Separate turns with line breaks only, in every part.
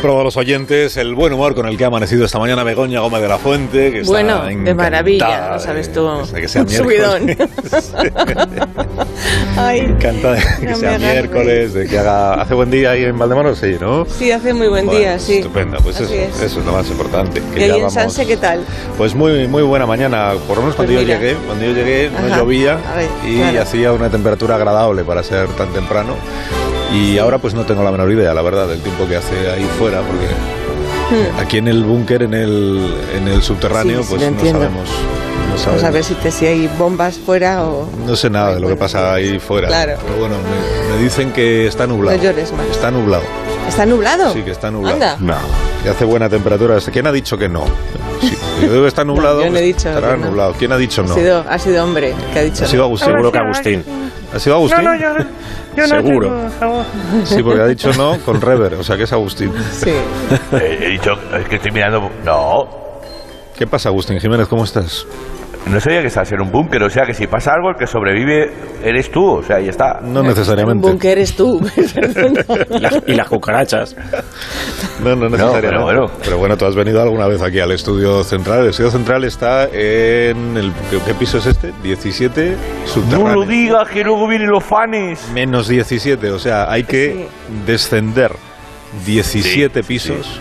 probado a los oyentes el buen humor con el que ha amanecido esta mañana Begoña Gómez de la Fuente. Que está
Bueno, de
encantada
maravilla,
de-
lo sabes tú.
de que sea
Un subidón.
Ay,
Encanta de que
No me
sea
hagas
miércoles, de que haga. Hace buen día ahí en Valdemoros, sí, ¿no?
sí, hace muy buen
Bueno,
día, sí.
Estupendo, pues eso,
Así es.
eso es lo más importante.
Y
Que
ahí
ya
en
vamos-
Sanse, ¿qué tal?
Pues muy, muy buena mañana, por lo menos cuando yo
Pues mira.
llegué, cuando yo llegué no
Ajá,
llovía
a ver,
y
claro.
hacía una temperatura agradable para ser tan temprano y ahora pues no tengo la menor idea, la verdad, del tiempo que hace ahí fuera, porque aquí en el búnker, en el, en el subterráneo,
Hmm. Sí, sí,
pues
lo
no
entiendo.
sabemos, no
Vamos a ver
sabemos.
si, te, si hay bombas fuera o...
No sé nada de lo que
Bueno,
pasa ahí fuera,
claro.
pero bueno, me, me dicen que está nublado.
No llores más.
Está nublado,
¿Está nublado?
sí que está nublado.
Anda.
No.
Y hace buena temperatura. ¿Quién ha dicho que no? Sí, yo digo que está nublado. pues,
yo no he dicho
estará
que no.
nublado. ¿Quién ha dicho no?
Ha, sido, ha sido hombre el que ha dicho.
Ha sido Agustín.
Seguro que Agustín.
¿Ha sido Agustín?
No, no, yo, yo no
Seguro.
tengo favor.
Sí, porque ha dicho no con Rever. O sea que es Agustín.
Sí.
Eh, he dicho, es que estoy mirando. No,
¿Qué pasa, Agustín Jiménez? ¿Cómo estás?
no sabía que estás en un búnker. O sea, que si pasa algo, el que sobrevive eres tú. O sea, y está.
No
Un
necesariamente.
búnker eres tú. Perdona.
Y las, y las cucarachas.
No, no necesariamente.
pero bueno.
Pero bueno, tú has venido alguna vez aquí al estudio central. El estudio central está en. El, ¿qué, qué piso es este? 17
No
subterráneo.
lo digas, que luego vienen los fans.
Menos 17. O sea, hay que descender 17
Sí,
pisos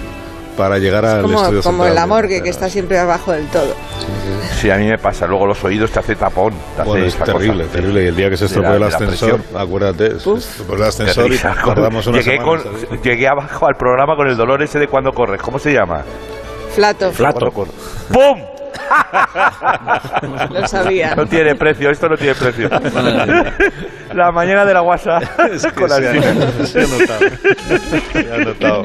para llegar al
como
estudio
como
central.
la morgue que
Pero-
está siempre abajo del todo.
Sí, a mí me pasa. Luego los oídos te hace tapón. Te hace
Bueno, es
esta
terrible,
cosa.
terrible. Y el día que se
De la-
estropee el
de la
ascensor,
presión.
acuérdate, se estropeó el
Qué
ascensor y
risa, con-
tardamos una
llegué,
semana.
con-
en salir.
llegué abajo al programa con el dolor ese de cuando corres. ¿Cómo se llama?
Flato,
Flato.
Cuando corres. ¡Pum!
lo sabía.
No tiene precio, esto no tiene precio. la mañana de la guasa.
Es que
con la
se ha- se ha notado. Se ha notado.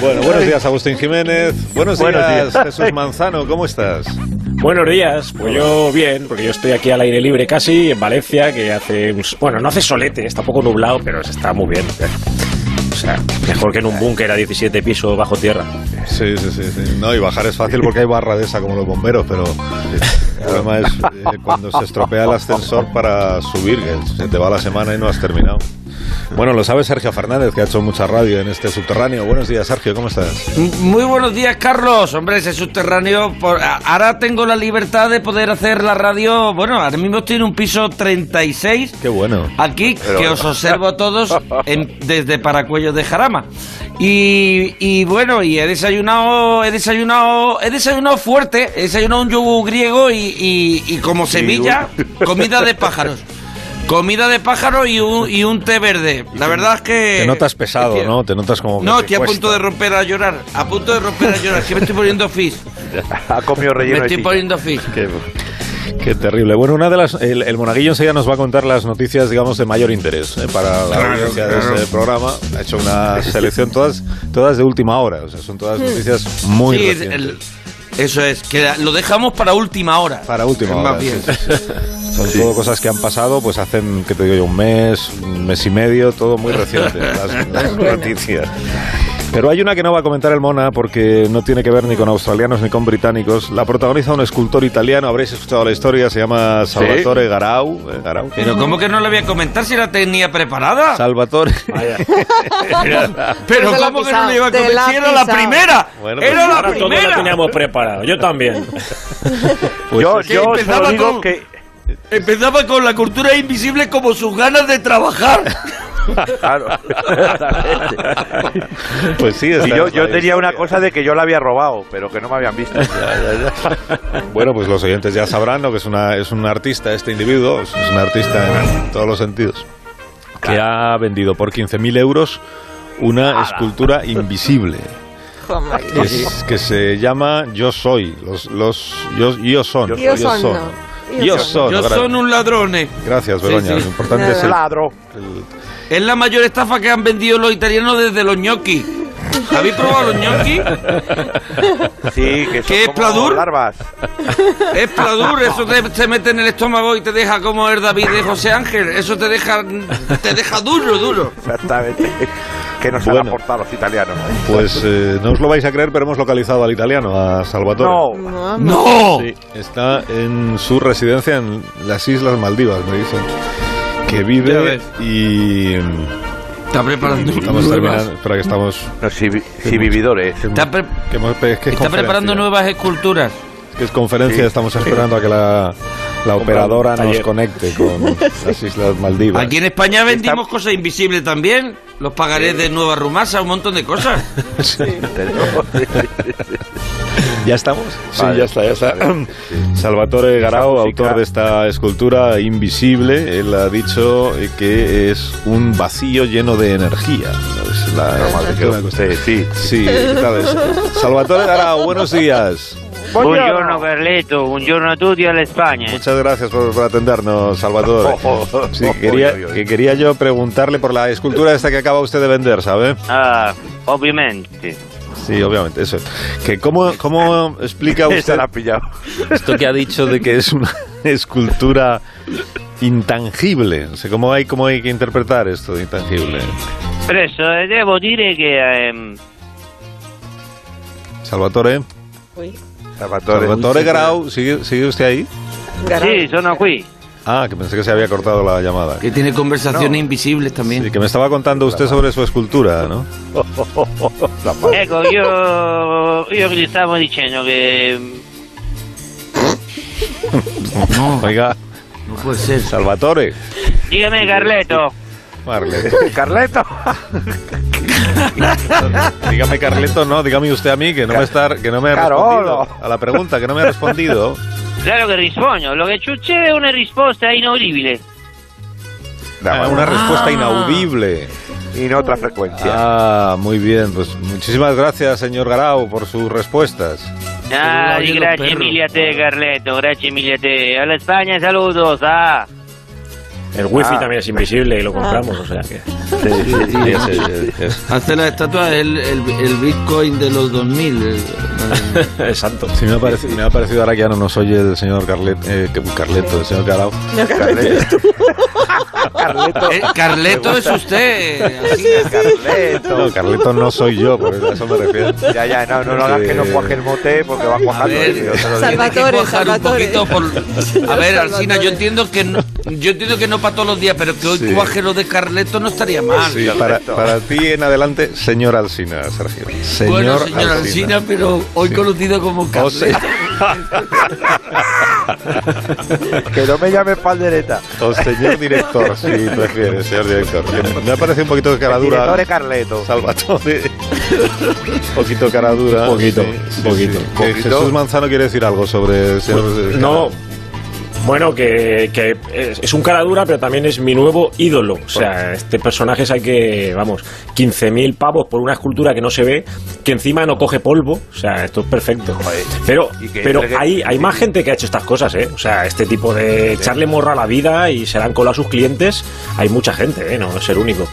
Bueno, buenos días, Agustín Jiménez. Buenos,
Buenos
días,
días.
Jesús Manzano. ¿Cómo estás?
Buenos días. Pues yo bien, porque yo estoy aquí al aire libre casi, en Valencia, que hace... un s- Bueno, no hace solete, está un poco nublado, pero se está muy bien. O sea, mejor que en un búnker a 17 pisos bajo tierra.
Sí, sí, sí, sí. No, y bajar es fácil porque hay barra de esa como los bomberos, pero el problema es eh, cuando se estropea el ascensor para subir, que se te va la semana y no has terminado. Bueno, lo sabe Sergio Fernández, que ha hecho mucha radio en este subterráneo. Buenos días, Sergio, ¿cómo estás?
Muy buenos días, Carlos. Hombre, ese subterráneo. por- a- Ahora tengo la libertad de poder hacer la radio. Bueno, ahora mismo estoy en un piso 36.
Qué bueno.
Aquí, que os observo a todos en- desde Paracuellos de Jarama. Y, y bueno, y he desayunado, he desayunado, he desayunado fuerte, he desayunado un yogur griego y, y- y como semilla, comida de pájaros. Comida de pájaro y un, y un té verde. La verdad es que...
Te notas pesado,
Estoy-
¿no? Te notas como. que
Eh, no,
te
estoy a
cuesta.
punto de romper a llorar. A punto de romper a llorar. Que me estoy poniendo fish.
Ha comido
Me
relleno de
estoy
tiza.
poniendo fish.
Qué, qué terrible. Bueno, una de las. El, el monaguillo enseguida nos va a contar las noticias, digamos, de mayor interés ¿eh? para la audiencia de este programa. Ha hecho una selección, todas, todas de última hora. O sea, son todas noticias muy
Hmm. Sí,
recientes.
el- eso es. Que lo dejamos para última hora.
Para última
Más
hora.
bien.
sí, sí, sí. Son todo cosas que han pasado, pues hacen, que te digo yo, un mes, un mes y medio, todo muy reciente, las, las noticias. Pero hay una que no va a comentar el Mona porque no tiene que ver ni con australianos ni con británicos. La protagoniza un escultor italiano, habréis escuchado la historia, se llama Salvatore Garau. eh, Garau.
Pero ¿cómo que no la voy a comentar si la tenía preparada?
Salvatore.
Pero
Te la
¿cómo
has
que no la iba
pisado,
a
te la
comentar
has
si era la
pisado.
primera?
Bueno, pues
era la
Ahora todos lo
primera.
teníamos preparado. Yo también.
Pues
yo
que
yo os lo
empezaba
digo
con-
que
Empezaba con la cultura invisible como sus ganas de trabajar.
Claro.
Pues sí,
Y
esta
yo,
es
yo
la
tenía una
historia.
cosa de que yo la había robado, pero que no me habían visto.
Bueno, pues los oyentes ya sabrán ¿no? que es, una, es un artista este individuo, es un artista en todos los sentidos, que ha vendido por 15.000 euros una escultura invisible
Oh, my
que,
God.
es- que se llama Yo Soy, los, los, yo, yo son,
Yo son, no.
yo
Yo
son,
Yo
gra-
son un ladrone.
gracias
Sí,
Begoña, lo
sí.
importante
Nada.
es el-
Ladro.
Es la mayor estafa que han vendido los italianos desde los gnocchi. ¿Habéis probado los gnocchi?
Sí, que son
¿Qué,
como
Pladur?
larvas.
Es pladur, eso te, se mete en el estómago y te deja como el David de José Ángel. Eso te deja, te deja duro, duro.
Exactamente. Que nos han
Bueno.
aportado los italianos.
Pues eh, no os lo vais a creer, pero hemos localizado al italiano, a Salvatore.
No.
No,
¡No!
Sí, está en su residencia en las Islas Maldivas, me dicen. Que
Ya
vive
ves.
y,
Está preparando
Estamos
nuevas-
terminando, espera que estamos...
No, si, vi- si vividores.
Está pre-
que hemos- es que es
está
conferencia.
preparando nuevas esculturas.
Que es conferencia,
Sí.
estamos esperando a que la, la operadora nos
taller.
conecte con las Islas Maldivas.
Aquí en España vendimos cosas invisibles también. Los pagarés de Nueva Rumasa, un montón de cosas.
¿Ya estamos? Sí,
Vale.
ya está, ya está. Salvatore Garao,
música-
autor de esta escultura invisible, él ha dicho eh, que es un vacío lleno de energía. ¿sabes? La- una cosa-
Sí, sí.
Sí, ¿sabes? Salvatore Garao, buenos días.
Buongiorno Carletto, buongiorno a tutti all'Espagna.
Muchas gracias por, por atendernos, Salvatore. Sí, quería,
Oy, oy, oy.
que quería yo preguntarle por la escultura esta que acaba usted de vender, ¿sabe?
Ah, ovviamente.
Sí, obviamente, eso. Que cómo, ¿Cómo explica
Esa
usted
la ha pillado.
esto que ha dicho de que es una escultura intangible? No sé, ¿cómo, hay, ¿Cómo hay que interpretar esto de intangible?
Presto, eh, devo dire che ehm,
Salvatore,
Uy,
Salvatore.
Salvatore Grau, ¿sigue, sigue usted ahí?
Garau.
sì, sono qui.
Ah, que pensé que se había cortado la llamada.
Que tiene conversaciones invisibles también.
Sí, que me estaba contando usted sobre su escultura, ¿no?
Ecco, io, io gli stavo dicendo che ehm,
No,
Oiga,
no puede ser.
Salvatore.
Dígame Carletto,
Marle.
Carleto.
Dígame Carleto, no, dígame usted a mí que no me está, que no me ha
Carolo.
respondido a la pregunta, que no me ha respondido.
claro che rispondo, lo che succede è una risposta inaudibile.
Ah, una respuesta inaudible.
Y no otra frecuencia.
Ah, muy bien. Pues muchísimas gracias, señor Garau, por sus respuestas.
Ah,
voglio
grazie
perro.
mille a te Carletto, grazie mille a te. Alla Spagna saluto, sa.
El wifi
Ah.
también es invisible y lo compramos, o sea que...
Hace la estatua el, el, el Bitcoin de los 2000. el- el-
Santo.
Sí, me ha, parecido, me ha parecido ahora que ya no nos oye el señor Carlet, eh, que- Carleto, el señor Garau.
Eh, Carleto es usted. eh, así,
No,
Carleto.
Carleto no soy yo, por eso a eso me refiero.
Ya, ya, no, no, no hagas que no cuaje el mote porque va
A
cuajando.
ver,
tío, te lo digo.
hay que
Salvatore,
cuajar un
Salvatore.
poquito por- A ver, Alcina,
Salvatore.
yo entiendo que no, yo entiendo que no para todos los días, pero que hoy
Sí.
cuaje lo de Carleto no estaría mal.
Sí, para, para ti en adelante, señor Alsina, Sergio. Señor
bueno, señor Alcina, pero hoy conocido como
O
Carleto.
se-
Que no me llames paldereta.
O señor director, si prefiere, señor director. Que Me ha parecido un poquito de cara dura.
Salvatore Carleto.
Salvatore. Un poquito cara dura.
Un poquito, un poquito. Pues,
Que
Poquito.
Jesús Manzano quiere decir algo sobre. el señor-
No. Bueno, que, que es es un cara dura, pero también es mi nuevo ídolo. O sea, este personaje es hay que, vamos, 15.000 pavos por una escultura que no se ve, que encima no coge polvo. O sea, esto es perfecto. Pero,
Y que
pero
entregue-
hay, hay más gente que ha hecho estas cosas, ¿eh? O sea, este tipo de echarle morra a la vida y se la han colado a sus clientes, hay mucha gente, ¿eh? No es el único.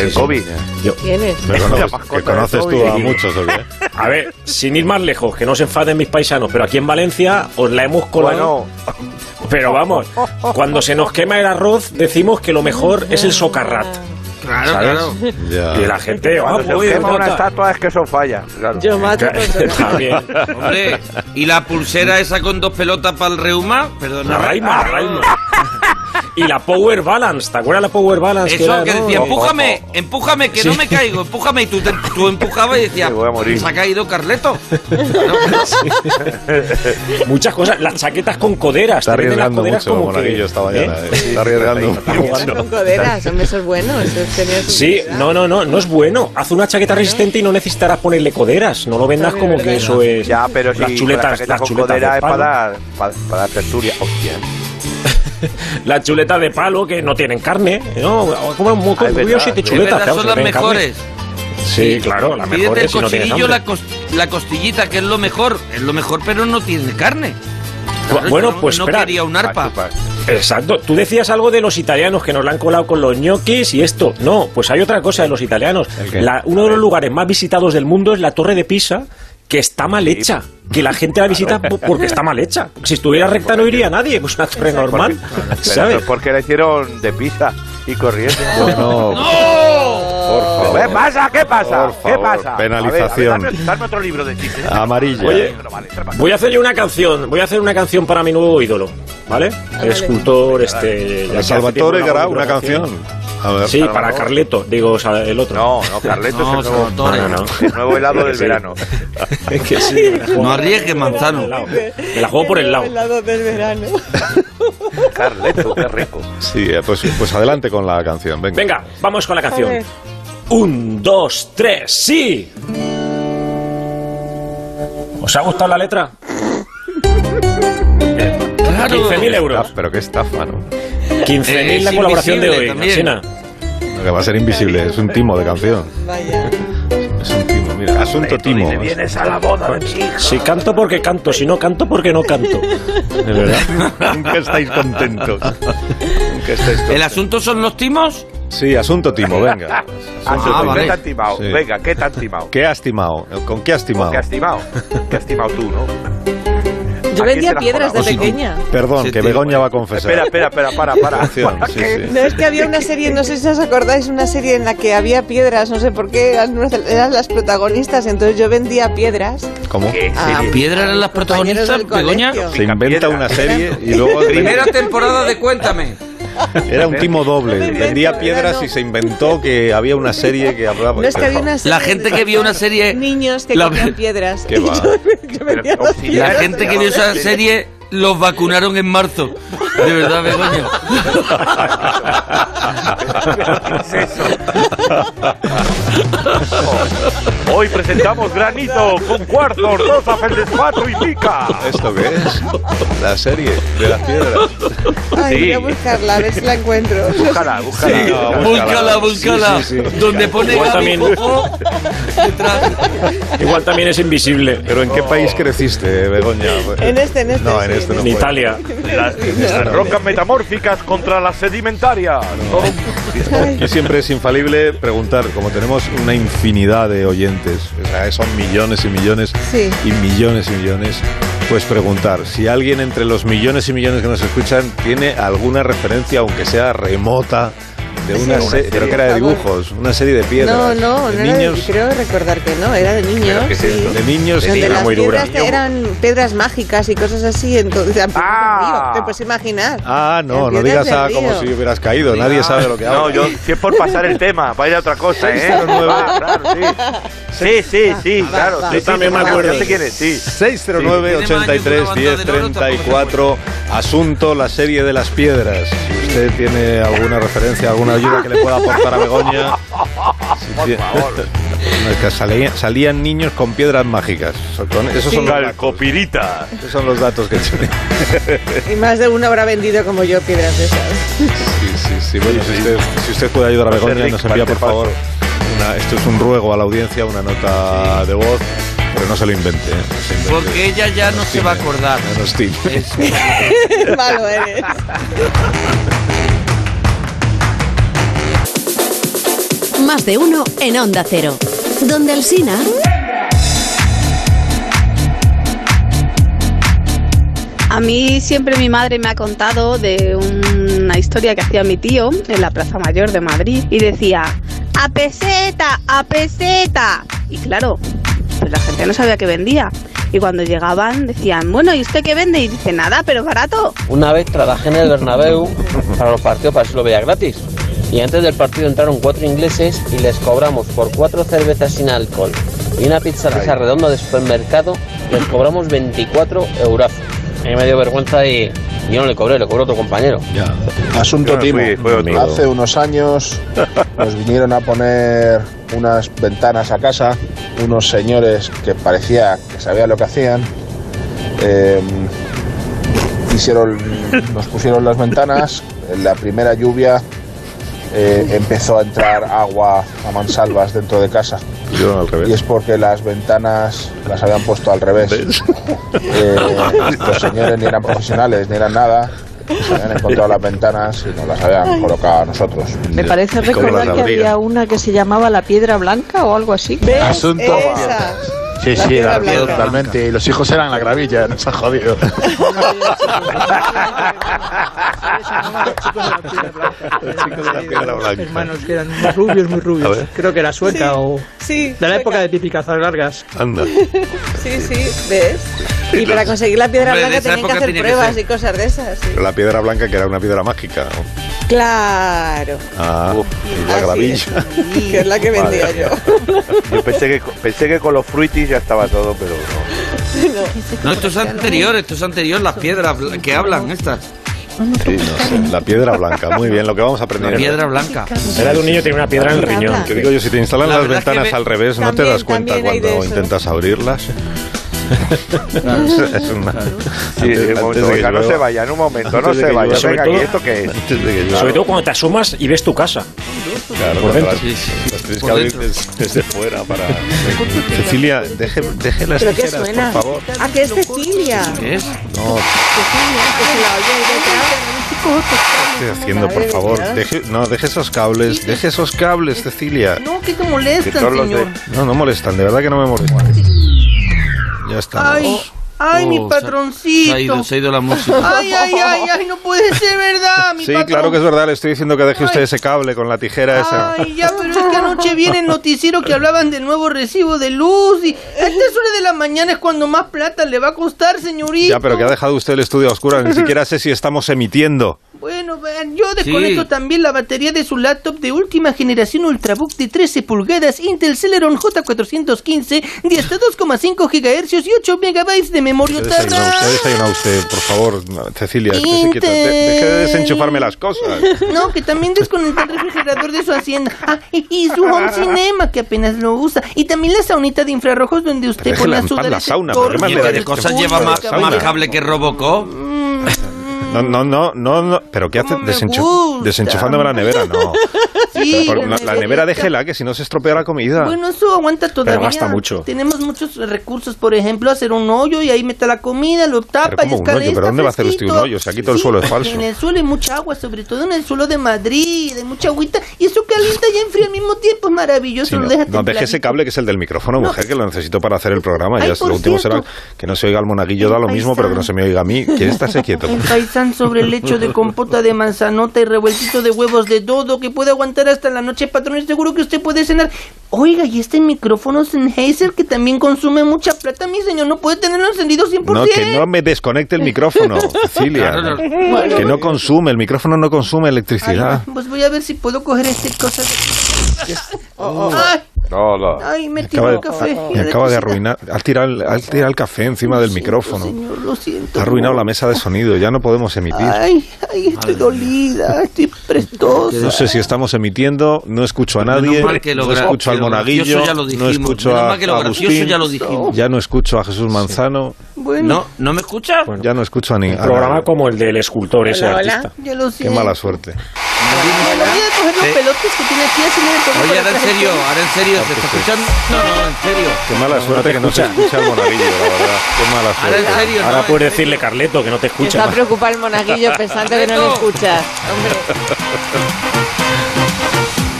El COVID.
Yo,
¿Quién es?
Me
La
conoces,
mascota
pues, que conoces
de
tú a
Toby.
muchos, ¿o qué?
a ver, sin ir más lejos, que no se enfaden mis paisanos, pero aquí en Valencia os la hemos colado.
Bueno,
Pero vamos, cuando se nos quema el arroz, decimos que lo mejor es el socarrat.
Claro,
¿Sabes?
Ah, claro.
Ya.
Y la gente,
cuando
ah,
se
pues,
quema una
nota.
estatua es que eso falla. Claro.
Yo mato por
También.
Hombre, y la pulsera esa con dos pelotas para el reuma, perdona.
La Raima, la Raima. Y la Power Balance, ¿te acuerdas la Power Balance?
Eso que
era, no?
decía, empújame,
Ojo.
empújame, que no me caigo, empújame. Y tú, te- tú empujabas y decías,
Me voy a morir.
se ha caído Carleto. No,
Muchas cosas, las chaquetas con coderas.
Está
te venden las
arriesgando
coderas
mucho,
como que-
Monaguillo, esta mañana.
¿eh?
eh. Está arriesgando.
Eran con coderas, hombre, eso es bueno. Eso es tener su
Sí,
utilidad.
no, no, no, no es bueno. Haz una chaqueta resistente y no necesitarás ponerle coderas. No lo vendas
También
como
es
que
verdad.
eso es.
Ya, pero si
las
con la
chuletas,
chaqueta
las
con
chuletas
codera
de
es para
palo.
dar, para, para dar tertulia. Hostia.
Las chuletas de palo que no tienen carne. No, como un moco
Ah, es
curioso
verdad,
y te
es
chuletas.
verdad,
claro,
son
que
las
no tienen carne.
mejores.
Sí, claro, las
Pídete el
mejores si no tienes
cochinillo,
hambre.
la, cos- la costillita, que es lo mejor. Es lo mejor, pero no tiene carne. Claro,
Bueno,
yo no-
pues
no
espera.
quería un arpa.
Exacto. Tú decías algo de los italianos que nos la han colado con los ñoquis y esto. No, pues hay otra cosa de los italianos.
¿El qué?
La- uno de los lugares más visitados del mundo es la Torre de Pisa, que está mal hecha. Que la gente la visita po- porque está mal hecha. Si estuviera recta no iría nadie, pues una torre normal.
Pero eso
¿Sabes?
es porque la hicieron de pizza y corriendo.
No,
Por favor. ¿Qué pasa? ¿Qué pasa?
Por
¿Qué
favor,
pasa? A
penalización.
ver, a ver, dame, dame otro libro de chistes.
amarilla.
Oye,
Vale,
Voy a hacer yo una canción, voy a hacer una canción para mi nuevo ídolo, ¿vale? El escultor, este... ya que hace tiempo
Salvatore
no hago
Garau,
ninguna
una canción. A ver.
Sí,
Salvador.
para Carleto, digo, o sea, el otro.
No, no, Carleto
No, eh.
es el nuevo,
Salvatore.
No, no, no.
el nuevo helado del
Sí.
verano.
que sí. me la juego.
No arriesgues, Manzano.
Me la juego por el lado.
El lado del verano.
Carleto, qué rico.
Sí, eh, pues, pues adelante con la canción. Venga.
Venga, vamos con la
A
canción.
ver.
Un, dos, tres, sí. ¿Os ha gustado la letra?
Claro. eh,
15.000
Ah,
euros.
pero qué estafa, ¿no?
15.000 la
es
colaboración de hoy,
invisible también.
Alsina.
Que va a ser invisible, es un timo de canción.
Vaya.
Es un timo, mira, asunto timo.
a la boda de mi
Si canto porque canto, si no canto porque no canto.
De verdad. ¿eh? Nunca estáis contentos. Nunca estáis
¿El
contentos.
asunto son los timos?
Sí, asunto timo, venga. Asunto
Ah,
timo.
vale.
¿Qué te han timado?
Sí.
Venga, ¿qué te han timado?
¿Qué has timado? ¿Con qué has timado?
¿Qué has timado? ¿Qué has timado tú, no?
Yo
¿A quién
vendía
te la
piedras de
jodamos?
pequeña.
Perdón,
Sí,
que
tío,
Begoña
bueno.
va a confesar.
Espera, espera, espera, para, para.
Atención,
¿Para
Pues, sí,
qué?
sí.
No, es que había una serie, no sé si os acordáis, una serie en la que había piedras, no sé por qué, eran, unas- eran las protagonistas, entonces yo vendía piedras
¿Cómo?
¿Qué
Ah,
serie?
¿Piedra eran
compañeros
las protagonistas,
del
Begoña?
colegio.
Se inventa una serie y luego
Primera temporada de Cuéntame.
era un timo doble.
No me invento,
Vendía
era
piedras
no.
y se inventó que había una serie que hablaba.
No es que había una serie
La gente que vio una serie-
Niños que
la-
cogían piedras.
¿Qué va?
Yo vendía
Pero,
las
si la
La
piedras.
gente que vio esa serie los vacunaron en marzo. De verdad, Begoña.
¿Qué es eso? Hoy presentamos granito con cuarzo, rosa, feldespato y pica.
¿Esto qué es? La serie de las piedras.
Ay, voy a
Sí.
buscarla, a ver si la encuentro.
Búscala, búscala.
Sí, no,
Búscala,
Búscala, sí,
búscala.
sí, sí.
Donde pone
Igual
Gaby
también-
Fofó, detrás.
Igual también es invisible.
Pero ¿en qué país creciste, Begoña?
En este, en este,
No, en
sí,
este no.
En
fue.
Italia.
Las rocas metamórficas contra las sedimentarias.
Aquí siempre es infalible preguntar, como tenemos una infinidad de oyentes, o sea, son millones y millones
Sí.
y millones y millones, pues preguntar si alguien entre los millones y millones que nos escuchan tiene alguna referencia, aunque sea remota, de una,
Sí.
se- creo que era de
Por favor.
dibujos, una serie de piedras,
No, no, no
de
era de-
niños,
creo recordar que no, era de niños.
¿qué es
sí.
esto?
de niños,
Donde
sí,
Pues las
muy dura.
piedras que eran piedras mágicas y cosas así, entonces eran piedras
Ah.
de río, te puedes imaginar.
Ah, no, no digas
Piedras del
ah, como
río.
si hubieras caído, nadie sabe lo que
No,
hablo.
yo, si es por pasar el tema, para ir a otra cosa, ¿eh? Va, claro, sí. Sí, sí, sí,
Ah,
Va,
claro.
va.
sí,
Yo
sí,
también
sí,
me
ya
acuerdo.
sé quién es, sí.
609 83 10 34 Asunto la serie de las piedras. Si usted tiene alguna referencia, alguna ayuda que le pueda aportar a Begoña. si tie- No, es que salía- salían niños con piedras mágicas. So- con- Esos son, los, datos-
Calcopirita.
esos son los datos que tiene.
Y más de uno habrá vendido como yo piedras de esas.
Sí, sí, sí. Bueno, si usted, si usted puede ayudar a
Va a ser
Begoña,
Rick
nos envía por
Martepaso.
favor. una- esto es un ruego a la audiencia, una nota de voz, pero no se lo invente. ¿eh? No se invente.
Porque ella ya no se va a acordar.
No nos tiene.
Es-
Malo eres.
Más de uno en Onda Cero. Donde Alsina.
A mí siempre mi madre me ha contado de una historia que hacía mi tío en la Plaza Mayor de Madrid y decía, a peseta, a peseta. Y claro, pues la gente no sabía qué vendía. Y cuando llegaban decían, bueno, ¿y usted qué vende? Y dice, nada, pero barato.
Una vez trabajé en el Bernabéu para los partidos, para eso lo veía gratis. Y antes del partido entraron cuatro ingleses y les cobramos por cuatro cervezas sin alcohol y una pizza pizza redonda de supermercado, les cobramos 24 euros. A mí me dio vergüenza y yo no le cobré, le cobró otro compañero.
Ya.
Asunto
Yo no
Timo.
fui, fue otro.
Hace unos años nos vinieron a poner unas ventanas a casa, unos señores que parecía que sabían lo que hacían. Eh, hicieron, nos pusieron las ventanas. En la primera lluvia eh, empezó a entrar agua a mansalvas dentro de casa.
Yo al
Y
revés.
es porque las ventanas las habían puesto al revés. Eh, los señores ni eran profesionales, ni eran nada. Se habían encontrado las ventanas y nos las habían colocado a nosotros.
Me parece
¿Y cómo
recordar
las
que
abrían?
había una que se llamaba la piedra blanca o algo así.
¿Ves?
Asunto-
Esa.
Sí,
La
sí,
piedra
la
blanca.
piedra totalmente. Y los hijos eran la gravilla, nos han jodido.
Hermanos que eran muy rubios, muy
A
rubios.
ver.
Creo que era sueca o
Sí.
de la época de
sueca.
pipi largas.
Anda.
Sí, sí, ¿ves? Y para conseguir la piedra
Hombre, de
blanca
esa
tenían que
época
hacer
tenía que
pruebas
ser.
y cosas de esas. sí.
Pero la piedra blanca que era una piedra mágica. ¿no?
Claro.
Ah,
y la gravilla.
Que es la que vendía
Madre
yo.
Yo pensé que, pensé que con los fruitis ya estaba todo, pero no.
No, esto es anterior, esto es anterior, las piedras bla- que hablan estas.
Sí, no sé, la piedra blanca. Muy bien, lo que vamos a aprender.
La piedra blanca.
Era de un niño
tiene una piedra en el riñón.
Te digo yo, si te instalan
La
las
verdad es que
ventanas
me-
al revés, ¿no te
También,
das cuenta
también hay de
cuando
eso.
intentas abrirlas? es una...
Sí, un momento, oiga, no se vaya, en un momento, no se vaya. Venga, ¿y esto qué es?
Sobre todo cuando te asomas y ves tu casa.
Claro,
Por
por
dentro.
dentro. tienes que abrir des- desde fuera para... Cecilia, deje, deje las
¿Pero qué
tijeras,
suena?
por favor.
¿A qué es Cecilia?
¿Qué es?
No, ¿qué estoy haciendo, por
Madre
favor?
mía.
Deje, no, deje esos cables, deje esos cables, Cecilia.
No, que te
Que
molestan,
todos los de-
señor.
No, no molestan, de verdad que no me molestan. Ya estamos.
Ay, ay,
Oh,
mi
se ha-
patroncito.
se ha ido- se ha ido la música.
Ay, ay, ay, ay, no puede ser verdad, mi
Sí,
patrón.
claro que es verdad, le estoy diciendo que deje usted ese cable con la tijera esa.
Ay, ya, pero es que anoche viene el noticiero que hablaban del nuevo recibo de luz y a estas horas de la mañana es cuando más plata le va a costar, señorita.
Ya, pero que ha dejado usted el estudio a oscuras, ni siquiera sé si estamos emitiendo.
Bueno, vean, yo desconecto también la batería de su laptop de última generación Ultrabook de 13 pulgadas Intel Celeron J415 de hasta 2,5 GHz y 8 MB de memoria
Usted
tarda.
desayuna, usted desayuna usted, por favor, no, Cecilia, estése quieta. De- deje de desenchufarme las cosas.
No, que también desconectó el refrigerador de su hacienda. Ah, y, y su home cinema, que apenas lo usa. Y también la saunita de infrarrojos donde usted
Déjela
pone
en
a
paz,
sudar
la
ese
sauna, pero ¿qué más
torre.
le da
¿Qué
de
cosas
este
lleva
mundo?
más,
La
más
sauna.
cable que Robocop?
No, no, no, no, no, pero ¿qué hace? Desenchu-
gusta.
desenchufándome la nevera, no.
Sí,
Porque no, la nevera
de
déjela, que si no se estropea la comida.
Bueno, eso aguanta todavía.
gasta mucho.
Tenemos muchos recursos, por ejemplo, hacer un hoyo y ahí mete la comida, lo
¿Cómo
tapa y
un hoyo?
escaleta,
¿Pero dónde va a hacer usted
fresquito.
un hoyo? Si aquí todo el suelo es falso.
En el suelo hay mucha agua, sobre todo en el suelo de Madrid, hay mucha agüita, y eso calienta y enfría al mismo tiempo, es maravilloso.
Sí,
lo
no,
deja
no, deje ese
templadito.
cable que es el del micrófono, mujer, que lo necesito para hacer el programa.
Ay,
ya es-
por
lo último
cierto.
será que no se oiga al monaguillo, da lo mismo,
paisano.
pero que no se me oiga a mí. ¿Quién está quieto?
El paisán sobre el lecho de compota de manzanota y revueltito de huevos de dodo que puede aguantar hasta la noche, patrón. y Seguro que usted puede cenar. Oiga, y este micrófono Sennheiser que también consume mucha plata, mi señor. No puede tenerlo encendido 100%.
No, que no me desconecte el micrófono, Cecilia.
Claro, no. Bueno.
Que no consume, el micrófono no consume electricidad.
Pues voy a ver si puedo coger este cosa. de- Oh,
Oh.
Ay,
No, no.
ay, me tiró
Acaba
el
de,
café.
me acaba de arruinar. Ha tirado, el- ha tirado el café encima del micrófono.
Señor, lo siento.
Ha arruinado la mesa de sonido. Ya no podemos emitir.
Ay, ay, estoy dolida, estoy prestosa.
No sé si estamos emitiendo. No escucho a nadie.
mal que lo
No
gra-
escucho
que
al
lo
monaguillo.
gracioso ya lo
No
dijimos,
escucho
menos
a
mal que lo
a
gracioso
Agustín.
ya lo dijimos.
Ya no escucho a Jesús Manzano.
Bueno,
¿No me escuchas?
Ya no escucho a ningún
programa como el del escultor ese artista.
yo lo
Qué
siento.
mala suerte.
Bueno, voy a coger los pelotes que tiene aquí, así me le pongo
Oye,
para
ahora en
atrás el
serio,
pelo.
ahora en serio, ¿te
Ah, pues
está escuchando? No, no, en serio.
Qué mala suerte que no se escucha al monaguillo, la verdad. Qué mala
Ahora en
suerte.
serio, no,
Ahora puedes decirle, Carleto, que no te
Me
escucha.
está preocupado el monaguillo pensando que no le escuchas.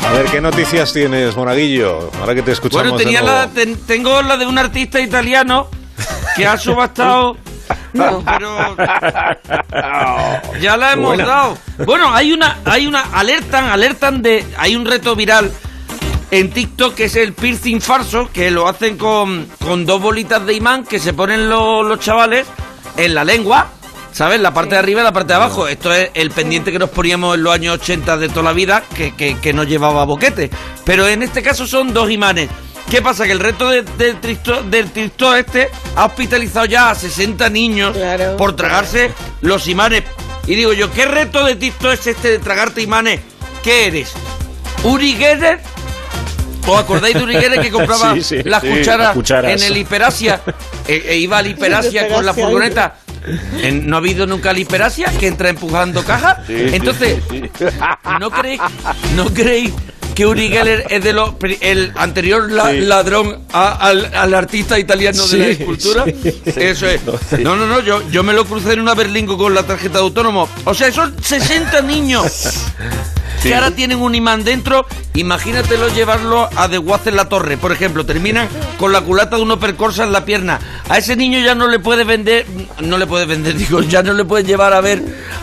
A ver, ¿qué noticias tienes, monaguillo? Ahora que te escuchamos
Bueno, tenía
de nuevo.
la, ten- tengo la de un artista italiano que ha subastado. Pero ya la hemos
Buena.
dado. Bueno, hay una, hay una, alertan, alertan de, hay un reto viral en TikTok que es el piercing falso, que lo hacen con, con dos bolitas de imán que se ponen lo- los chavales en la lengua, ¿sabes? La parte de arriba y la parte de abajo. Esto es el pendiente que nos poníamos en los años 80 de toda la vida, que, que, que no llevaba boquete. Pero en este caso son dos imanes. ¿Qué pasa? Que el reto de- del TikTok del TikTok este ha hospitalizado ya a 60 niños por tragarse los imanes. Y digo yo, ¿qué reto de TikTok es este de tragarte imanes? ¿Qué eres? ¿Uri Geller ¿Os acordáis de Uriguera que compraba
Sí, sí,
las,
sí,
cucharas
las cucharas.
en el Hiperasia? E, e iba al Hiperasia con la
Hiperasia,
furgoneta. En- ¿No ha habido nunca el Hiperasia que entra empujando cajas? Entonces, ¿no, creéis, ¿no creéis que Uri Geller es de los, pri- el anterior la-
Sí.
ladrón a- al, al artista italiano
Sí,
de la escultura?
sí.
Eso es. No, no, no, yo, yo me lo crucé en una berlingo con la tarjeta de autónomo. O sea, son 60 niños
Sí.
que ahora tienen un imán dentro, imagínatelo llevarlo a The Guaz en la torre. Por ejemplo, terminan con la culata de un percorsa en la pierna. A ese niño ya no le puede vender, no le puede vender, digo, ya no le puede llevar a ver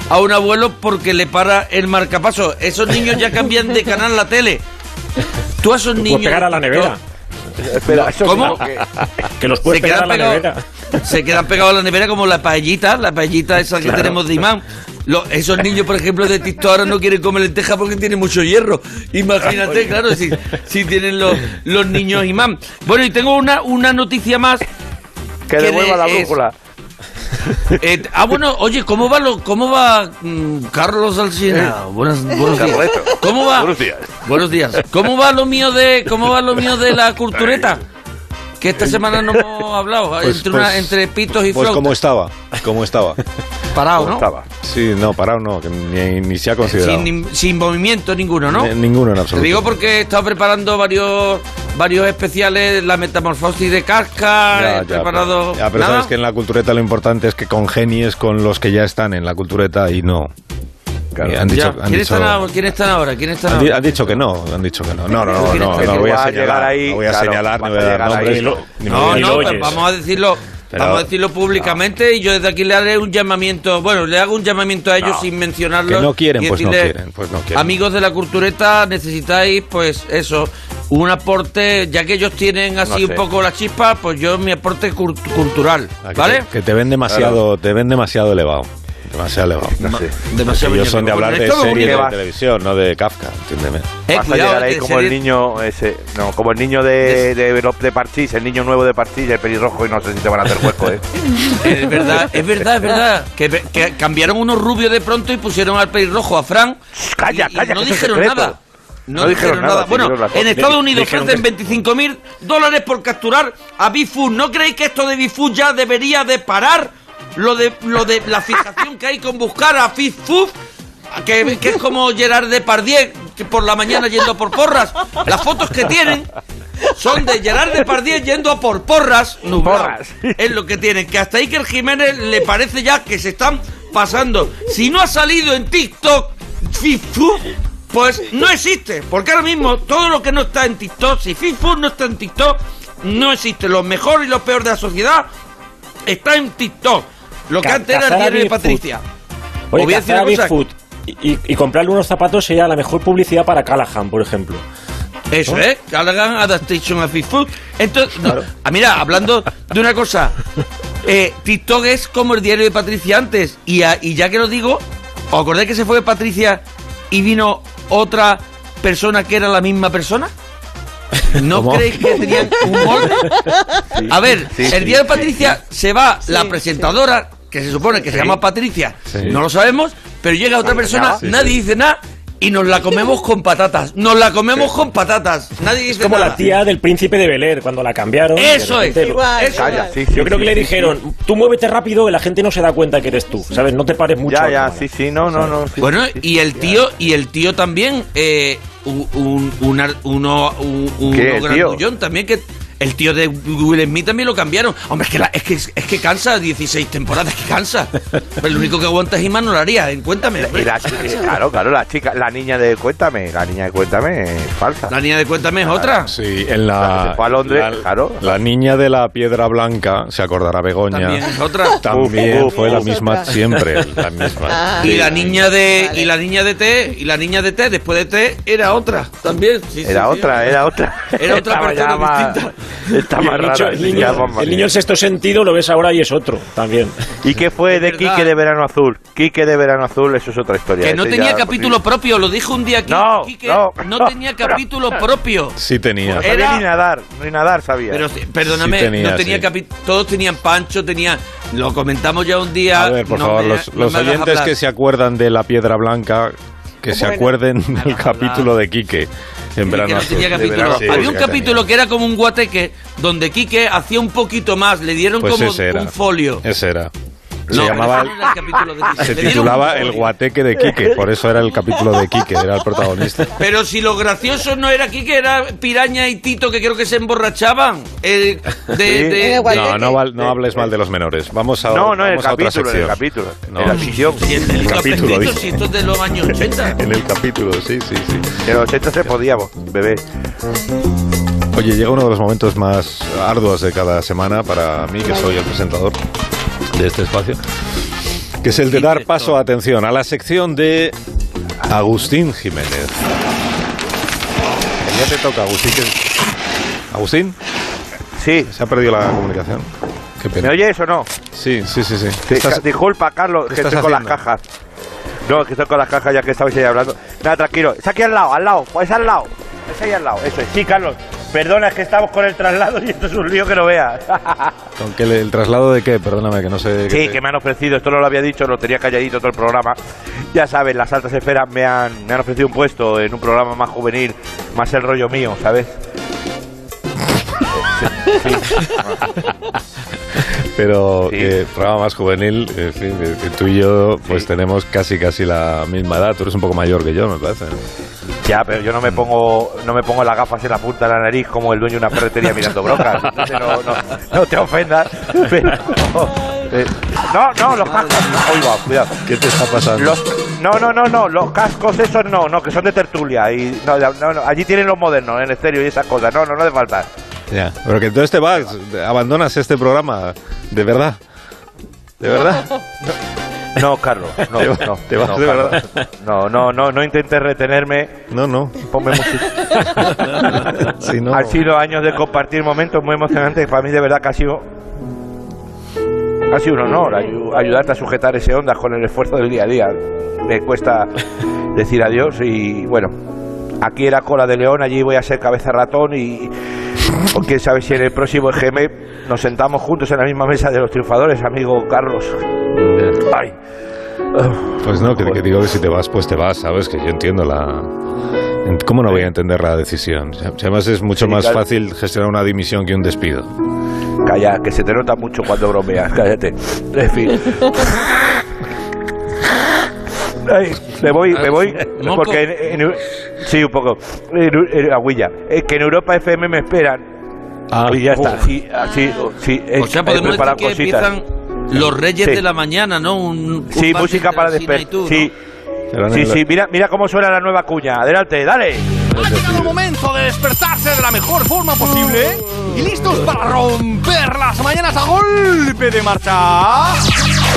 a un abuelo porque le para el marcapaso. Esos niños ya cambian de canal la tele. Tú a esos
Los
niños...
puedes pegar a la nevera.
Espera, eso ¿Cómo?
Que, los puedes
Se
pegar a
quedan
la
pegados-
nevera.
Se quedan pegados a la nevera como la paellita, la paellita esa que
Claro.
tenemos de imán. Lo- esos niños, por ejemplo, de TikTok ahora no quieren comer lenteja porque tienen mucho hierro. Imagínate, claro, si, si tienen los, los niños imán. Bueno, y tengo una, una noticia más.
Que devuelva la brújula.
Eh, ah, bueno, oye, ¿cómo va, lo, cómo va mm, Carlos Alsina?
Eh.
Buenas, buenos días.
Carleto.
¿Cómo va?
Buenos días.
Buenos días. ¿Cómo va lo mío de, cómo va lo mío de la cultureta? Que
Eh.
esta semana no hemos hablado,
Pues-
entre, una-
pues-
entre pitos y
Pues
flautas.
como estaba, como estaba.
Parado, ¿no?
Sí, no, parado no, que ni, ni se ha considerado.
Sin, sin movimiento ninguno, ¿no?
Ni- ninguno en
Te
absoluto.
digo porque he estado preparando varios varios especiales, la metamorfosis de Casca,
Ya,
ah, he
ya,
preparado...
pero- ya, pero
¿Nada?
sabes que en la cultureta lo importante es que congenies con los que ya están en la cultureta y no. Y han dicho,
Ya.
han
¿Quién,
dicho-
están ahora? ¿Quién están ahora? ¿Quién están
han di-
ahora?
han dicho que no, han dicho que no. No, no, no,
¿Quién
no,
está-
no
Tú
voy a
vas a
señalar,
llegar ahí,
no voy a
claro,
señalar, ni
vas
voy
a
a dar
llegar ahí.
nombres,
Ni lo-
ni me
No,
voy a-
no, pues vamos a decirlo.
Pero-
vamos a decirlo públicamente y yo desde aquí le haré un llamamiento. Bueno, le hago un llamamiento a ellos
No.
sin mencionarlo.
Que no quieren,
y
pues no
decirle,
quieren, pues no quieren.
Amigos de la cultureta, necesitáis, pues eso, un aporte, ya que ellos tienen así
No
un
sé.
poco la chispa, pues yo mi aporte cult- cultural,
Ah, que
¿vale?
te- Que te ven demasiado, te ven demasiado elevado. Demasiado elevado.
Ma- demasiado
Ellos son de
elevado.
hablar de
Esto es
series
que
de
vas-
televisión, no de Kafka, entiéndeme.
Eh,
Vas a
cuidado,
llegar ahí
de
como el
serie-
niño ese, no, como el niño de, de, de Parchís, el niño nuevo de Parchís, el pelirrojo, y no sé si te van a hacer hueco, ¿eh?
Es verdad, es verdad, es verdad. Que, que cambiaron unos rubios de pronto y pusieron al pelirrojo a Fran. Calla,
calla, que eso
No
es
dijeron
secreto.
nada. No,
No
dijeron,
dijeron
nada.
nada,
Bueno,
dijeron las
en
cosas.
Estados
Di-
Unidos
dijeron
ofrecen 25 mil dólares por capturar a Bigfoot. ¿No creéis que esto de Bigfoot ya debería de parar? Lo de, lo de la fijación que hay con buscar a Bigfoot, que, que es como Gerard Depardieu que por la mañana yendo por porras. Las fotos que tienen son de Gerard Depardieu yendo por porras, nublado. Es lo que tienen. Que hasta Iker Jiménez le parece ya que se están pasando. Si no ha salido en TikTok, Fifu, pues no existe. Porque ahora mismo todo lo que no está en TikTok, si Fifu no está en TikTok, no existe. Lo mejor y lo peor de la sociedad está en TikTok. Lo que
Ca-
antes era
cazar a
el diario de
Bigfoot.
Patricia. Os voy
Oye,
a
cazar a
decir una cosa.
Bigfoot y, y- y comprarle unos zapatos sería la mejor publicidad para Callahan, por ejemplo.
Eso
¿Eh?
¿eh? es, Callaghan Adaptation a Food. Entonces, no, ah, mira, hablando de una cosa, eh, TikTok es como el diario de Patricia antes. Y, a- y ya que lo digo, ¿os acordáis que se fue Patricia y vino otra persona que era la misma persona? ¿No
¿Cómo?
creéis que tenían un molde?
Sí,
a ver,
sí,
el
sí,
día de
sí,
Patricia se va la presentadora, que se supone que se llama Patricia,
Sí.
no lo sabemos, pero llega otra
Bueno,
persona,
nada. Sí,
nadie
sí.
dice nada y nos la comemos con patatas. Nos la comemos con patatas. Nadie
Es
dice
como
nada.
la tía del príncipe de Bel Air cuando la cambiaron. y de
Eso es.
repente lo-
Igual, Eso igual. es.
Yo creo que le dijeron, tú muévete rápido que la gente no se da cuenta que eres tú, ¿sabes? No te pares mucho. a la cámara.
sí, no, no, no. sí,
Bueno,
sí, sí.
y el tío, y el tío también, eh, un, un- un ar- uno, un, un-
¿Qué,
uno
el tío?
grandullón también que el tío de Will Smith también lo cambiaron. Hombre, es que, la- es que, es que cansa 16 temporadas, que cansa. Pero lo único que aguanta es Iman no lo haría, en cuéntame.
Y la chi- eh, claro, claro, la chica, la niña de Cuéntame, la niña de Cuéntame es falsa.
La niña de Cuéntame es otra.
Sí, en
La que
la.
se fue a Londres,
la,
claro.
la niña de la piedra blanca, se acordará Begoña.
También es otra.
También
Uf, uf,
fue la
uf.
misma, siempre la misma.
Y la
Sí.
niña de y la niña de T y la niña de T después de T era otra también. Sí, sí,
Era
sí.
otra, era otra.
Era otra
Estaba ya
persona
más- Está
Y
más
el, nicho-
rara.
el
sí,
niño,
ya, mamma
el
mía.
niño en sexto sentido lo ves ahora y es otro también.
¿Y qué fue de Quique de Verano Azul? Quique de Verano Azul, eso es otra historia.
Que no
ese
tenía
ya-
capítulo propio, lo dijo un día aquí.
No,
Quique,
no,
tenía capítulo propio.
Sí tenía.
Pues
No sabía ni nadar, ni nadar sabía.
Pero sí, perdóname,
Sí tenía,
no tenía
sí.
capi- todos tenían Pancho, tenía lo comentamos ya un día.
A ver, por
no
favor,
me-
los,
no
los
me hagas
oyentes
hablar.
que se acuerdan de la piedra blanca, que se
Bueno.
acuerden del capítulo de Quique en
que
verano.
no
Azul.
tenía capítulo.
De verano azul,
Había un
sí que
capítulo que era como un guateque donde Quique hacía un poquito más, le
tenía.
dieron
Pues
como
ese era.
un folio.
Ese era. Se
No,
llamaba,
ese no era el capítulo de Quique,
se
le dieron un
titulaba
folio.
El guateque de Quique, por eso era el capítulo de Quique, era el protagonista.
Pero si lo gracioso no era Quique, era Piraña y Tito, que creo que se emborrachaban. El- de- de-
no, no, val- no hables mal de los menores. Vamos a,
No, no, el
vamos a otra
capítulo, el
sección.
capítulo,
No.
en la ficción.
En el capítulo,
Tito,
dice. eh,
si esto es de los años 80.
En el capítulo, sí, sí, sí.
En los 80 se podía, bo- bebé.
Oye, llega uno de los momentos más arduos de cada semana para mí, que soy el presentador de este espacio, que es el de dar paso, atención, a la sección de Agustín Jiménez. Ya te toca, Agustín. que- ¿Agustín?
Sí.
¿Se ha perdido la comunicación? Qué pena.
¿Me oyes o no?
Sí, sí, sí. sí.
Sí,
¿Qué estás-
ca- Disculpa, Carlos,
qué
que
estás
estoy con las
haciendo?
cajas. No, es que estoy con las cajas ya que estabais ahí hablando. Nada, tranquilo. Está aquí al lado, al lado. Pues al lado. Es ahí al lado. Eso es. Sí, Carlos. Perdona, es que estamos con el traslado y esto es un lío que no veas.
¿Con qué le- el traslado de qué? Perdóname, que no sé.
Sí, que me han ofrecido, esto no lo había dicho, lo tenía calladito todo el programa. Ya sabes, las altas esferas me han, me han ofrecido un puesto en un programa más juvenil, más el rollo mío, ¿sabes?
Pero que programa más juvenil, en fin, eh, que- que tú y yo pues tenemos casi casi la misma edad. Tú eres un poco mayor que yo, me parece.
Ya, pero yo no me pongo no me pongo las gafas en la punta de la nariz como el dueño de una ferretería mirando brocas. Entonces, No, no, no te ofendas. pero- eh, no, no, los cascos. Uy, va, cuidado.
¿Qué te está pasando?
Los- no, no, no, no, los cascos esos no, no, que son de tertulia. Y, no, no, no, allí tienen los modernos, en estéreo y esas cosas. No, no, no hace falta.
Ya. Pero que entonces te vas, abandonas este programa, de verdad. ¿De verdad?
No, Carlos, no,
Te va-
no,
te vas
no,
de
Carlos.
verdad.
No, no, no, no intentes retenerme.
No, no.
Ponme música.
Sí, no.
Han sido años de compartir momentos muy emocionantes. Para mí, de verdad, que ha sido. Ha sido un honor ayu- ayudarte a sujetar ese onda con el esfuerzo del día a día. Me cuesta decir adiós y bueno, aquí era cola de león, allí voy a ser cabeza ratón y o quién sabe si en el próximo EGM nos sentamos juntos en la misma mesa de los triunfadores, amigo Carlos. Ay.
Pues no, que, que digo que si te vas, pues te vas, ¿sabes? Que yo entiendo la... en- ¿Cómo no voy a entender la decisión? Si Además es mucho
Sí,
más
claro.
fácil gestionar una dimisión que un despido.
Calla, que se te nota mucho cuando bromeas, cállate. En fin. Ay, me voy, me voy,
Moco.
porque en, en- sí, un poco. En, en- agüilla. Es que en Europa FM me esperan. Ah, y ya está.
Ah, Uf.
Sí, así, sí,
O sea, podemos decir que empiezan los reyes
eh, Sí.
de la mañana, ¿no? Un, un
Sí,
parche
música
entre
para
Alsina y
despertar.
tú, ¿no?
Sí,
Pero en
sí,
el-
sí, mira, mira cómo suena la nueva cuña. Adelante, dale.
Ha llegado el momento de despertarse de la mejor forma posible y listos para romper las mañanas a golpe de marcha.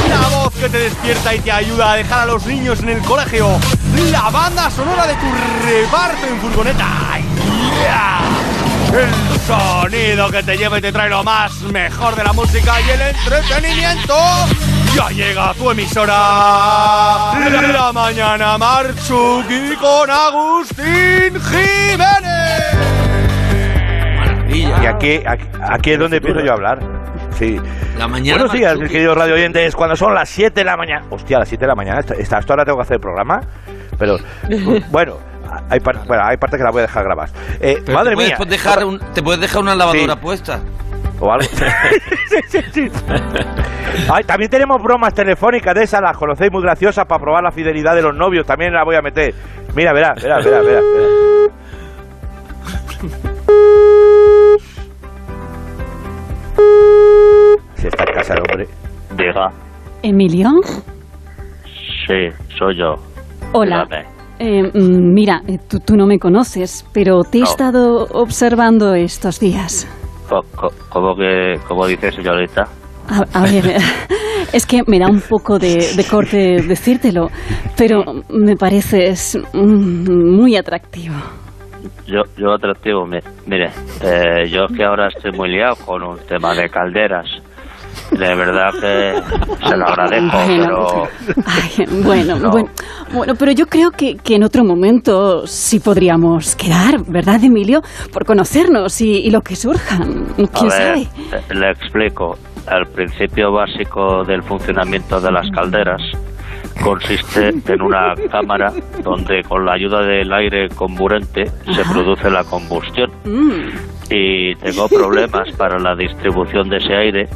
La voz que te despierta y te ayuda a dejar a los niños en el colegio. La banda sonora de tu reparto en furgoneta. ¡Yeah! El sonido que te lleva y te trae lo más mejor de la música y el entretenimiento. Ya llega tu emisora. La mañana Marchuki con Agustín Jiménez.
Y aquí, aquí, aquí es donde empiezo yo a hablar. Sí.
La mañana
Buenos días,
Marzuki.
mis queridos radio oyentes. Cuando son las 7 de la mañana. Hostia, las 7 de la mañana. Esta, esta- esto ahora tengo que hacer el programa. Pero bueno, hay, par- bueno, hay parte que la voy a dejar grabar. Eh,
Pero
madre
te puedes pues
mía.
dejar un- te puedes dejar una lavadora puesta.
O algo. Ay, también tenemos bromas telefónicas de esas, las conocéis muy graciosas para probar la fidelidad de los novios. También la voy a meter. Mira, verá, verá, verá, verá. verá. Si está en casa el hombre.
Diga,
Emilio,
sí, soy yo.
hola.
Dígame.
Eh, mm, mira, eh, tú, tú no me conoces, pero te he
No.
estado observando estos días.
Co- co- ¿Cómo, que, cómo dice señorita?
A, a ver, eh, es que me da un poco de, de corte decírtelo, pero me pareces mm, muy atractivo.
Yo, yo atractivo, mi- mire, eh, yo es que ahora estoy muy liado con un tema de calderas. De verdad que se lo agradezco, pero...
Bueno. Ay, bueno,
No.
bueno, bueno, pero yo creo que, que en otro momento sí podríamos quedar, ¿verdad, Emilio? Por conocernos y, y lo que surja. ¿Quién
A ver,
sabe?
eh, le explico. El principio básico del funcionamiento de las calderas consiste en una cámara donde con la ayuda del aire comburente se produce la combustión
Mm.
y tengo problemas para la distribución de ese aire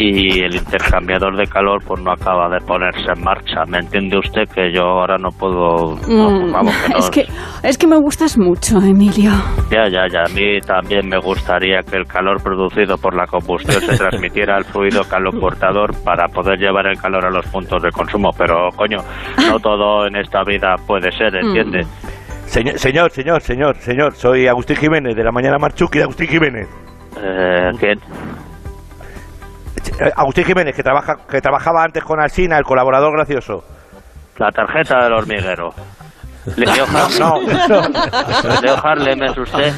y el intercambiador de calor pues no acaba de ponerse en marcha. ¿Me entiende usted que yo ahora no puedo... no, pues,
Mm,
vamos, que no-
es, que, es que me gustas mucho, Emilio.
Ya, ya, ya. A mí también me gustaría que el calor producido por la combustión se transmitiera al fluido caloportador para poder llevar el calor a los puntos de consumo. Pero, coño, no todo en esta vida puede ser, ¿entiendes?
Mm.
Señor, señor, señor, señor, señor, soy Agustín Jiménez, de la mañana Marchuki de Agustín Jiménez.
Eh, ¿Quién?
Eh, Agustín Jiménez, que trabaja, que trabajaba antes con Alsina, el colaborador gracioso.
La tarjeta del hormiguero. Leo Harlem.
No,
Leo Harlem es usted.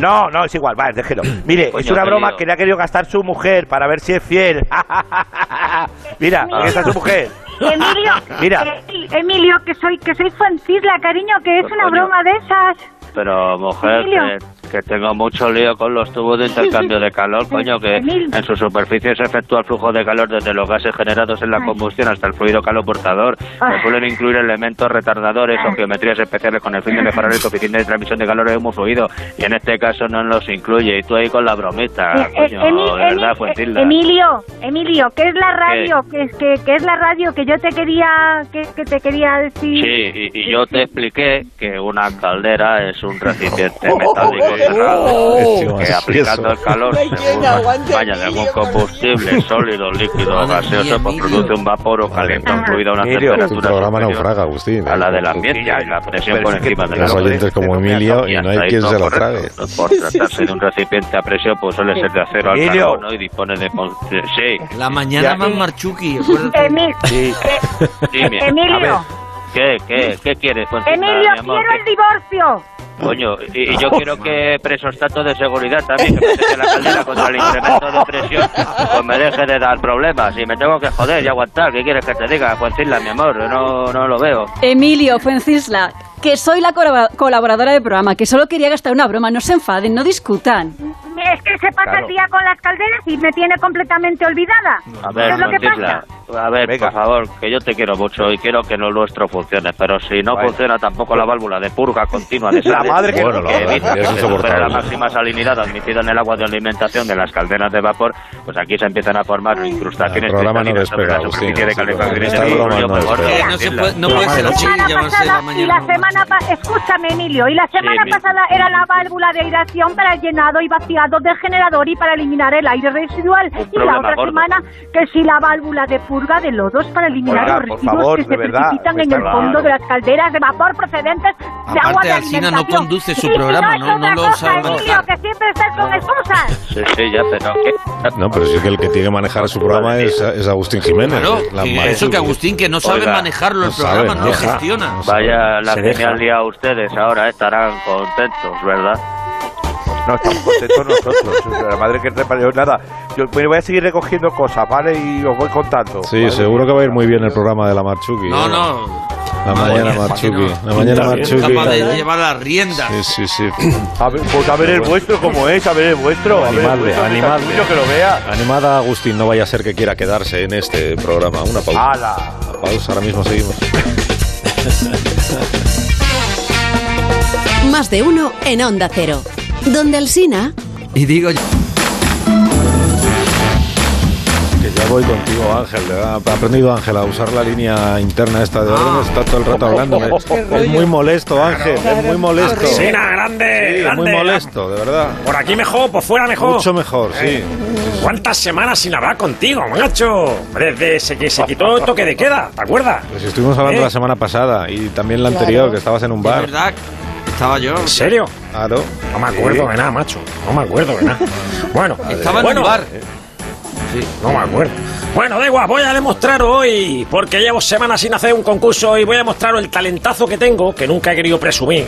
No, no, es igual, va, déjelo. Mire,
Coño,
es una broma
querido.
que le ha querido gastar su mujer para ver si es fiel. Mira,
Ah.
aquí está su mujer.
Emilio,
Mira. Pues
Emil- Emilio, que soy, que soy fancisla, cariño, que es una
Coño.
broma de esas.
Pero, mujer,
Emilio.
que, que tengo mucho lío con los tubos de intercambio de calor, coño, que
Emil.
en su superficie se efectúa el flujo de calor desde los gases generados en la combustión hasta el fluido caloportador.
Ah.
Se suelen incluir elementos retardadores o geometrías especiales con el fin de mejorar el coeficiente de transmisión de calor de un fluido. Y en este caso no los incluye. Y tú ahí con la bromita,
Eh, eh,
Ah, coño,
Emil-
de verdad, pues
Emil-
Fuentilda.
Emilio, Emilio, que es la radio, que, que, que es la radio que yo te quería, que, que te quería decir.
Sí, y, y yo te expliqué que una caldera es un recipiente metálico cerrado que Eh, aplicando el calor según la campaña de algún combustible sólido, líquido o gaseoso pues produce un vapor o calienta un fluido a una
tu
temperatura
programa naufraga, Agustín. ¿eh?
a la del ambiente y la presión por encima de la
Los oyentes como Emilio y no hay quien se lo trague.
por tratarse de un recipiente a presión, pues suele ser de acero al
Emilio.
carbono y dispone de... con- Sí,
La mañana
Ya.
más marchuki.
Emil-
sí. Dime, a
Emilio.
ver, ¿qué, qué, qué quieres? Fuentina,
Emilio,
mi amor?
quiero el divorcio.
Coño, y, y yo quiero que presos tanto de seguridad también, que me deje la caldera contra el incremento de presión, pues me deje de dar problemas. Y me tengo que joder y aguantar. ¿Qué quieres que te diga? Pues Isla, mi amor, no, no lo veo.
Emilio Fuencisla, que soy la colab- colaboradora del programa, que solo quería gastar una broma, no se enfaden, no discutan.
Es que se pasa el
Claro.
día con las calderas y me tiene completamente olvidada.
A ver,
es lo que
Francisla,
pasa?
a ver, por favor, que yo te quiero mucho y quiero que lo nuestro funcione, pero si no funciona tampoco la válvula de purga continua de
La
sales,
madre que- Bueno, la
que
verdad,
evita
es
que se
insoportable.
supere la máxima salinidad admitida en el agua de alimentación de las calderas de vapor, pues aquí se empiezan a formar
El
incrustaciones
programa no
cristalinas sobre
despega,
la superficie
Agustín,
de calefacción
esta
exterior,
broma Este
yo,
no
por favor,
despega.
Francisla.
No se puede- no puede ser así.
La semana
llamarse
pasada, y
la mañana.
la semana pasada, escúchame Emilio, y la semana
mi-
pasada era la válvula de aireación para el llenado y vaciado del generador y para eliminar el aire residual. Y la
problema
otra
gordo.
semana que sí la válvula de purga de lodos para eliminar
Oiga,
los
por
residuos
favor,
que
de
se
verdad,
precipitan
me
en
está
el fondo
raro.
de las calderas de vapor procedentes de agua
Aparte,
de
Alsina
alimentación.
no conduce su
Y si
programa,
no,
no-
es otra
no lo
cosa,
sabe
Emilio,
manejar.
que siempre estás con excusas.
Sí, sí, ya, pero ¿qué?
No, pero sí que el que tiene que manejar su programa es, es Agustín Jiménez.
Claro,
la
que
madre
eso que
suya.
Agustín, que no sabe
Oiga,
manejarlo el
no sabe,
programa, no lo
deja.
gestiona.
Vaya la
Se
que me
deja.
han liado ustedes ahora, estarán contentos, ¿verdad?
No, estamos contentos nosotros. La madre que te parió nada. Yo pero voy a seguir recogiendo cosas, ¿vale? Y os voy contando.
Sí, seguro que va a ir muy bien el programa de la Marchuki.
No,
¿eh?
no.
La mañana Marchuki. La mañana Marchuki.
Capaz de llevar las riendas.
Sí, sí, sí.
A ver, pues a ver el vuestro cómo es, a ver el vuestro. a ver el
Animadle,
vuestro, que está
animadle.
tuyo, que lo vea.
Animada Agustín, no vaya a ser que quiera quedarse en este programa. Una pausa.
¡Hala!
Una pausa, ahora mismo seguimos.
Más de uno en Onda Cero. Donde Alsina.
Y digo yo.
Que ya voy contigo, Ángel. ¿verdad? Ha aprendido Ángel a usar la línea interna esta de órdenes. Está todo el rato hablando. Es, es muy molesto, Ángel. Es muy molesto.
Alsina, grande,
Sí, es
grande.
muy molesto, de verdad.
Por aquí mejor, por fuera mejor.
Mucho mejor, sí.
Eh. ¿Cuántas semanas sin hablar contigo, macho? Desde se- que se quitó el toque de queda, ¿te acuerdas?
Pues estuvimos hablando
¿Eh?
la semana pasada y también la anterior,
Claro.
que estabas en un
Es
bar.
verdad, estaba yo. ¿En
serio?
Claro.
No me acuerdo de nada, macho. No me acuerdo de nada. Bueno,
Estaba en
bueno, eh,
un bar.
No me acuerdo. Bueno, da igual, voy a demostraros hoy, porque llevo semanas sin hacer un concurso y voy a demostraros el talentazo que tengo, que nunca he querido presumir,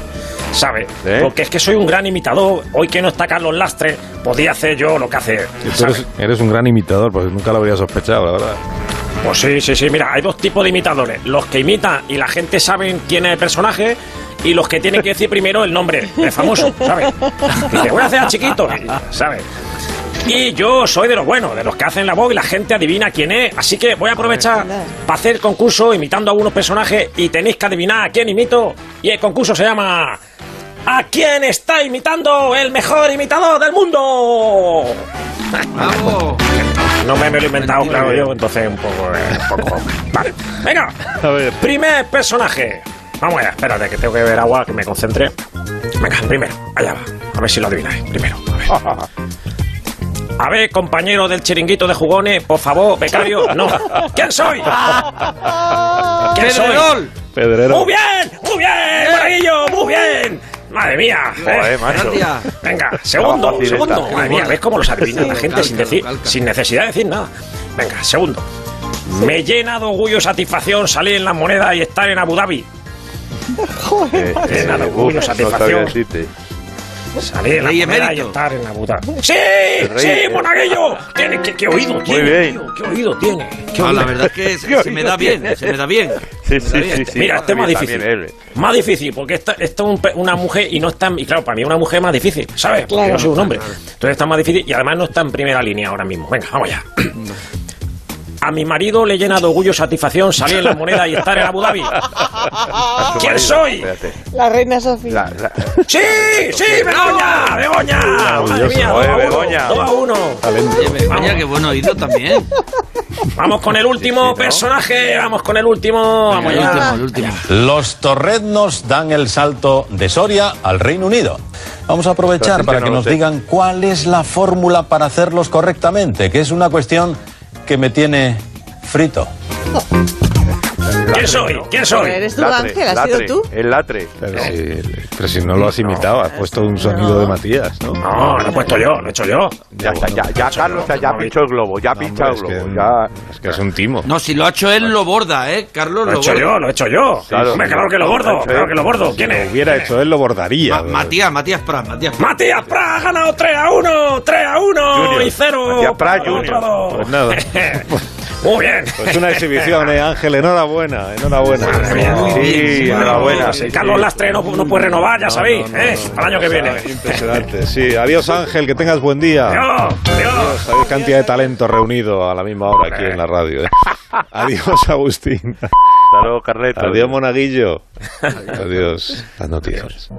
¿sabes? Porque es que soy un gran imitador. Hoy que no está Carlos Lastre, podía hacer yo lo que hace. él,
Que tú
¿sabes?
eres, eres un gran imitador, porque nunca lo habría sospechado, la verdad.
Pues sí, sí, sí. Mira, hay dos tipos de imitadores. Los que imitan y la gente sabe quién es el personaje y los que tienen que decir primero el nombre el famoso, ¿sabes? Dice, voy a hacer a chiquito, ¿sabes? Y yo soy de los buenos, de los que hacen la voz y la gente adivina quién es. Así que voy a aprovechar para hacer el concurso imitando a algunos personajes y tenéis que adivinar a quién imito. Y el concurso se llama... ¿A quién está imitando el mejor imitador del mundo? No me, me lo he inventado, claro, yo, entonces un poco. eh, un poco. Vale, venga. A ver. Primer personaje. Vamos allá, espérate, que tengo que beber agua, que me concentre. Venga, primero, allá va. A ver si lo adivináis. Primero, a ver. A ver, compañero del chiringuito de jugones, por favor, becario, no. ¿Quién soy? ¿Quién soy?
Pedrerol.
Pedrero.
¡Muy bien! ¡Muy bien! ¡Moraguillo! ¡Muy bien! ¡Madre mía!
Joder,
Eh,
macho.
gracias. Venga, segundo,
fácil esta.
segundo.
Qué
Madre mía,
buena.
¿ves cómo los adivina la gente
Calca,
sin, decir, sin necesidad de decir nada? Venga, segundo. Me llena de orgullo y satisfacción salir en las monedas y estar en Abu Dhabi.
Eh,
Me llena de
eh,
orgullo
uf, no
satisfacción
sabía decirte.
Salir en la
Rey
moneda y
emérito.
estar en la puta. ¡Sí!
rey-
¡Sí, monaguillo! Tiene, qué, qué oído tiene, tío, qué oído tiene. qué
Ah, la
oído.
verdad es que se,
Qué Eh,
se me
oído
da bien,
tiene.
se me da bien.
Sí,
Se me da bien.
Mira, este es más difícil. Más difícil, porque esta, esta es un pe- una mujer y no es tan. Y claro, para mí una mujer es más difícil, ¿sabes? Porque
Claro.
no soy un hombre. Entonces está más difícil y además no está en primera línea ahora mismo. Venga, vamos ya. A mi marido le llena de orgullo satisfacción salir en la moneda y estar en Abu Dhabi. ¿Quién soy?
La reina Sofía.
¡Sí! ¡Sí, Begoña! ¡Begoña! ¡Madre mía!
Oye,
¡Dos a uno!
Begoña.
¡Dos a uno!
Oye, Begoña, qué buen oído también.
Vamos con el último personaje, vamos con el último. Vamos ya.
Los torrednos dan el salto de Soria al Reino Unido. Vamos a aprovechar
Esta
para
gente
que
no lo
nos
sé.
digan cuál es la fórmula para hacerlos correctamente, que es una cuestión que me tiene frito.
¿Quién soy? ¿Quién soy?
Eres tú, Ángel, has sido tú.
El latre. Pero, si, pero si no lo has imitado, has puesto un sonido de Matías, ¿no?
No, lo he puesto yo, lo he hecho yo.
Ya, ya, ya,
Carlos, ya, ya pinchó el globo, ya pinchó el globo. ya.
Es que es un timo.
No, si lo ha hecho él, lo borda, ¿eh? Carlos
Lo he
lo
hecho
borda.
yo, lo he hecho yo.
Claro.
Hombre, claro que lo bordo, claro que lo bordo. ¿Quién
Si
es?
lo hubiera hecho él, lo bordaría.
Matías, Matías Prat, Matías Prat.
Matías Prat ha ganado 3 a 1, 3 a 1 y 0.
Matías Prat Junior. Pues nada.
Muy bien.
Pues una exhibición, eh, Ángel. Enhorabuena, enhorabuena. Sí, enhorabuena.
Sí, Carlos Lastre no, no puede renovar, ya sabéis, ¿eh? Al año que viene.
Impresionante, sí. Adiós, Ángel, que tengas buen día.
Adiós,
adiós. Hay cantidad de talento reunido a la misma hora aquí en la radio. ¿eh? Adiós, Agustín.
Hasta luego, Carleto.
Adiós, Monaguillo. Adiós, las noticias.